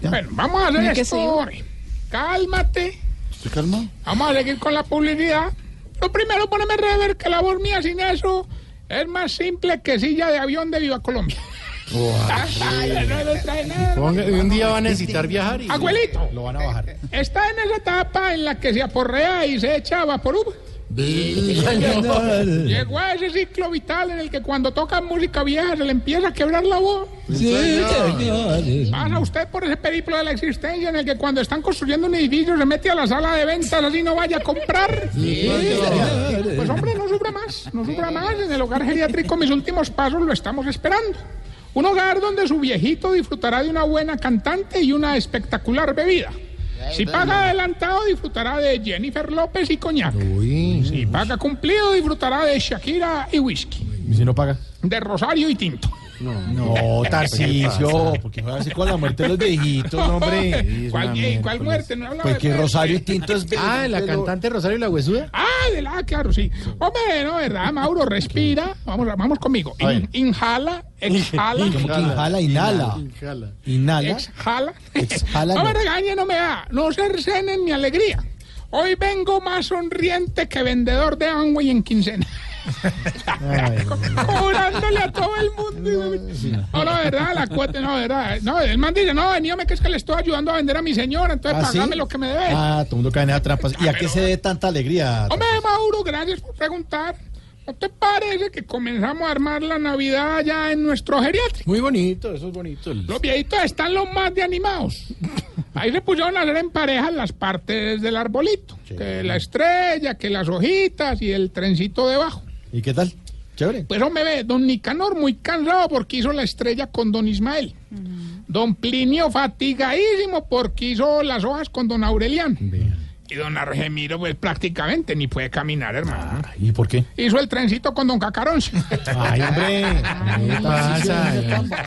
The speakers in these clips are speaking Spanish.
Ya. Bueno, vamos a hacer Mira que esto. sí. Jorge. Cálmate. ¿Estoy calmado? Vamos a seguir con la publicidad. Lo primero, poneme rever que la voz mía sin eso es más simple que silla de avión de Viva Colombia. Ay, no le trae nada. Ponga- un día va a necesitar viajar y Abuelito. lo van a bajar. Está en esa etapa en la que se aporrea y se echa vaporub. Llegó a ese ciclo vital en el que cuando toca música vieja se le empieza a quebrar la voz. Pasa usted por ese periplo de la existencia en el que cuando están construyendo un edificio se mete a la sala de ventas así no vaya a comprar. Pues hombre, no sufra más, no sufra más. En el hogar geriátrico mis últimos pasos lo estamos esperando. Un hogar donde su viejito disfrutará de una buena cantante y una espectacular bebida. Si paga adelantado, disfrutará de Jennifer López y coñac. Uy, Si paga cumplido, disfrutará de Shakira y whisky. ¿y si no paga? De Rosario y Tinto. No, Tarcicio, porque juega así con la muerte de los viejitos, hombre. ¿Cuál, eh, cuál muerte? No hablaba Pues de que muerte. Rosario y Tinto es Ah, la cantante Rosario la huesuda. Ah, de la, claro, sí. Hombre, no, ¿verdad, Mauro? Respira. Vamos, vamos conmigo. A ver. In- inhala, exhala. Como que inhala, inhala. Jala. Inhala. Exhala. Exhala, No me no. regañen, no me da. No cercenen mi alegría. Hoy vengo más sonriente que vendedor de Amway en quincena. Ah, Cobrándole a todo el mundo. No, no, de verdad, la cuota, no, de verdad. No, el man dice, no, veníame que es que le estoy ayudando a vender a mi señora, entonces ¿Ah, sí? pagame lo que me debe. Ah, todo el mundo cae en esas trampas. ¿Y a qué se debe tanta alegría? Hombre, Mauro, gracias por preguntar. ¿No te parece que comenzamos a armar la Navidad ya en nuestro geriátrico? Muy bonito, eso es bonito. Los viejitos están los más de animados. Ahí se pusieron a hacer en pareja las partes del arbolito. Que la estrella, que las hojitas y el trencito debajo. ¿Y qué tal? Chévere. Pero me Pues, ve don Nicanor muy cansado porque hizo la estrella con don Ismael. Don Plinio fatigadísimo porque hizo las hojas con don Aureliano. Y don Argemiro pues prácticamente ni puede caminar, hermano. Ah, ¿Y por qué? Hizo el trencito con don Cacarón. Ay, hombre. ¿Qué pasa? No,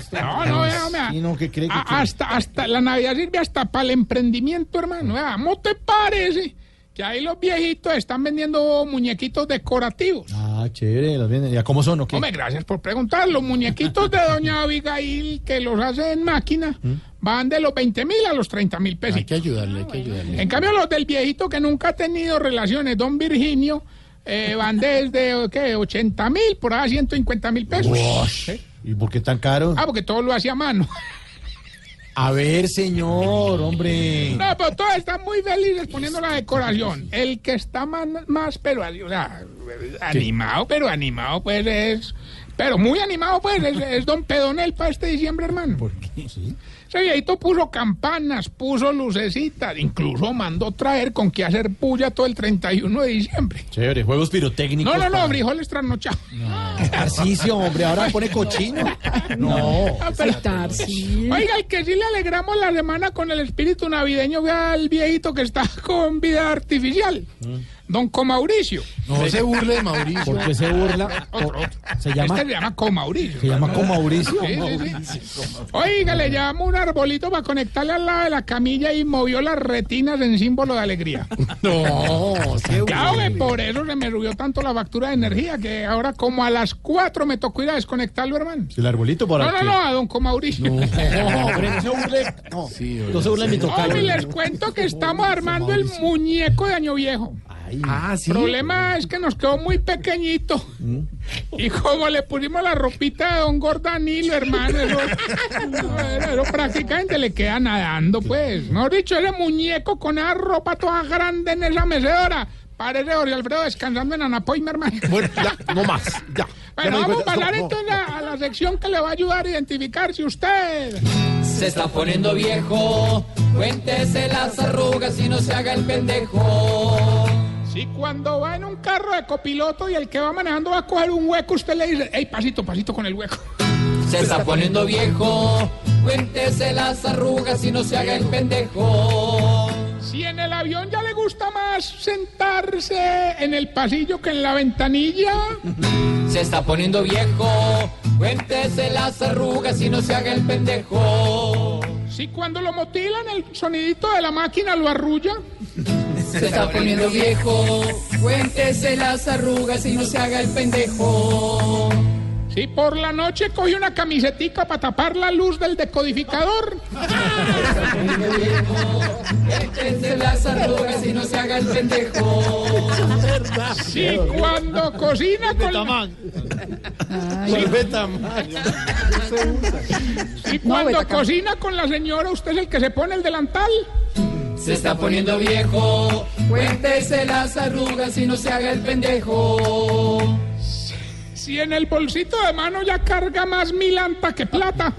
Ah, no, vea, vea. Y no, que cree que. A- hasta, hasta la Navidad sirve hasta para el emprendimiento, hermano. Vea, ¿Cómo te parece que ahí los viejitos están vendiendo muñequitos decorativos? Ah, chévere. Las venden. ¿Y a cómo son o qué? Hombre, gracias por preguntar. Los muñequitos de doña Abigail que los hace en máquina van de los 20 mil a los 30 mil Hay pesitos. que ayudarle, hay que ayudarle. En cambio, los del viejito que nunca ha tenido relaciones, don Virginio, eh, van desde ¿qué? 80 mil por ahí a 150 mil pesos. Ush. ¿Y por qué tan caro? Ah, porque todo lo hacía a mano. A ver, señor, hombre. No, pero todos están muy felices poniendo la decoración. El que está más, más pero o sea, animado, pero animado, pues es. Pero muy animado, pues, es, es Don Pedonel para este diciembre, hermano. ¿Por qué? Ese viejito puso campanas, puso lucecitas, incluso mandó traer con qué hacer puya todo el 31 de diciembre. Chévere, juegos pirotécnicos. No, no, no, para- frijoles trasnochados. Tarcicio, hombre, ahora pone cochino. No. Ah, pero- Ay, Tarsi. Oiga, el que sí le alegramos la semana con el espíritu navideño, vea al viejito que está con vida artificial, don Comauricio. No se burle de Mauricio. ¿Por qué se burla? Otro, otro. ¿Se llama? Este se llama Comauricio. ¿Se llama como Mauricio? Sí, sí, sí. Oiga, le llevamos un arbolito para conectarle al lado de la camilla y movió las retinas en símbolo de alegría. No, se Claro que burle. por eso se me subió tanto la factura de energía que ahora como a las 4 me tocó ir a desconectarlo, hermano. El arbolito para No, no, que- no, a don Comauricio. No, hombre, no se burle. No, Sí, oiga. no se burle ni tocar. Hombre, les cuento que estamos armando el muñeco de Año Viejo. Ah, sí. El problema es que nos quedó muy pequeñito. Mm. Y como le pusimos la ropita de don Gordanilo, hermano, eso, eso prácticamente le queda nadando, pues. No dicho, ese muñeco con esa ropa toda grande en esa mecedora. Parece Jorge Alfredo descansando en Anapoima, hermano. Bueno, ya, no más. Ya. Ya Bueno, me di vamos a cuenta. pasar No, no. entonces a, a la sección que le va a ayudar a identificar si usted... Se está poniendo viejo, cuéntese las arrugas y no se haga el pendejo. Si cuando va en un carro de copiloto y el que va manejando va a coger un hueco, usted le dice, hey, pasito, pasito con el hueco. Se está poniendo viejo, cuéntese las arrugas y no se haga el pendejo. Si en el avión ya le gusta más sentarse en el pasillo que en la ventanilla, Se está poniendo viejo, cuéntese las arrugas y no se haga el pendejo. si cuando lo motilan el sonidito de la máquina lo arrulla, Se está poniendo viejo, cuéntese las arrugas y no se haga el pendejo. Si por la noche coge una camisetica para tapar la luz del decodificador, Cuéntese las arrugas y no se haga el pendejo. si cuando cocina con la- si cuando cocina con la señora, usted es el que se pone el delantal. Se está poniendo viejo. Cuéntese las arrugas y no se haga el pendejo. Si en el bolsito de mano ya carga más milanta que plata.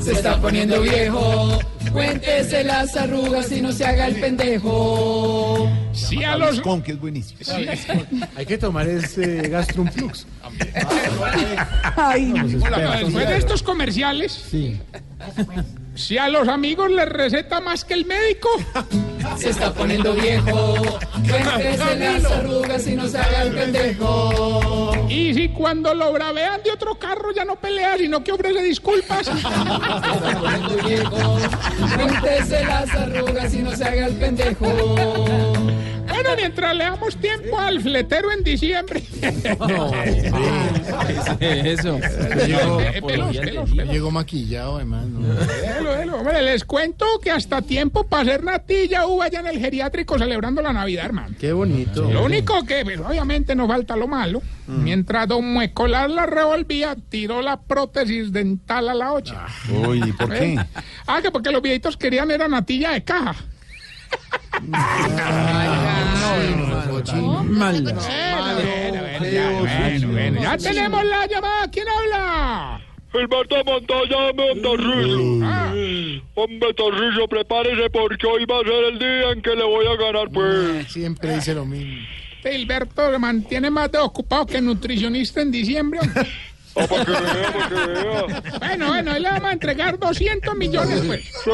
Se está poniendo viejo. Cuéntese las arrugas y no se haga el pendejo. Si a los Con que es buenísimo. Hay que tomar ese Gastrum Flux. Bueno, después de estos comerciales, si a los amigos les receta más que el médico, Se está poniendo viejo. Cuéntese las arrugas y no se haga el pendejo. y si cuando lo bravean de otro carro ya no pelea, sino que ofrece disculpas, Se está poniendo viejo. Cuéntese las arrugas y no se haga el pendejo. bueno, mientras le damos tiempo al fletero en diciembre. Eso. Eh, pelos, pelos, pelos. Llegó maquillado, además. ¿no? Velo, velo. Hombre, les cuento que hasta tiempo para hacer natilla hubo allá en el geriátrico celebrando la Navidad, hermano. Qué bonito. Lo único que, pues, obviamente, nos falta lo malo. Mientras don Muecolar la revolvía, tiró la prótesis dental a la ocha. Uy, ¿por qué? Ah, que porque los viejitos querían era natilla de caja. Mala. Bueno, bueno, ya, bueno, bueno. Ya tenemos la llamada. ¿Quién habla? Gilberto Montoya, hombre Tarrillo. Hombre Tarrillo, prepárese porque hoy va a ser el día en que le voy a ganar, pues. Siempre dice lo mismo. Gilberto se mantiene más de ocupado que nutricionista en diciembre. hombre. Ah, para que vea, para que vea. Bueno, bueno, ahí le vamos a entregar 200 millones, pues. Sí.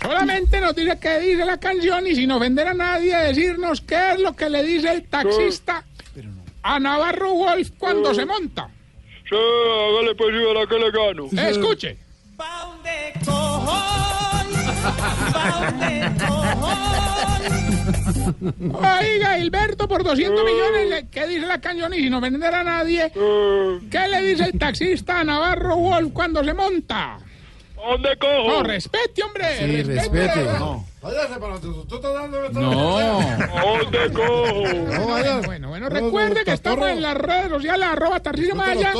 Solamente nos dice qué dice la canción y sin ofender a nadie, decirnos qué es lo que le dice el taxista a Navarro Wolf cuando se monta. Sí, hágale pues y verá que le gano. Escuche. Oiga, Gilberto, por 200 millones, ¿qué dice la canción? Y si no vender a nadie, Sí. ¿qué le dice el taxista a Navarro Wolf cuando se monta? ¿A ¿Dónde cojo? No, respete, hombre. Sí, respete. No, No. ¿A ¿Dónde cojo? Bueno, bueno, bueno, recuerde que estamos en las redes sociales, arroba Tarcillo Maya.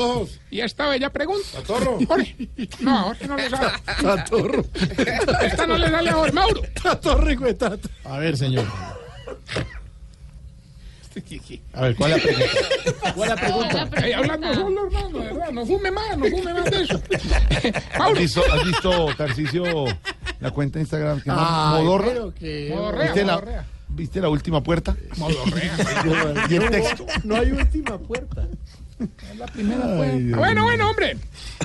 Y esta bella pregunta. Jorge, no, Jorge no le sale. Tatorro. Esta no le sale a Jorge Mauro. Tatorro, hijo de tato. A ver, señor. A ver, ¿cuál es la pregunta? Ahí hablando solo, hermano, de verdad. No fume más, no fume más de eso. ¿Has Mauro, visto, has visto Tarcicio, la cuenta de Instagram que llama Ay, Modorra? pero Ah, que... modorrea, ¿Viste la, modorrea. ¿Viste la última puerta? Modorrea. Y el texto. No hay última puerta. Bueno, bueno, hombre.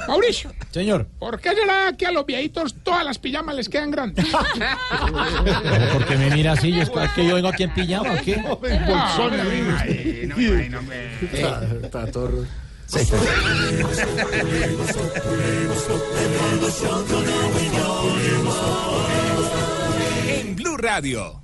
Mauricio, Señor, ¿por qué será que a los viejitos todas las pijamas les quedan grandes? ¿Por qué me mira así? Yo es que yo vengo aquí en pijama, ¿o ¿qué? Ah, hombre, Tatorro. en Blue Radio.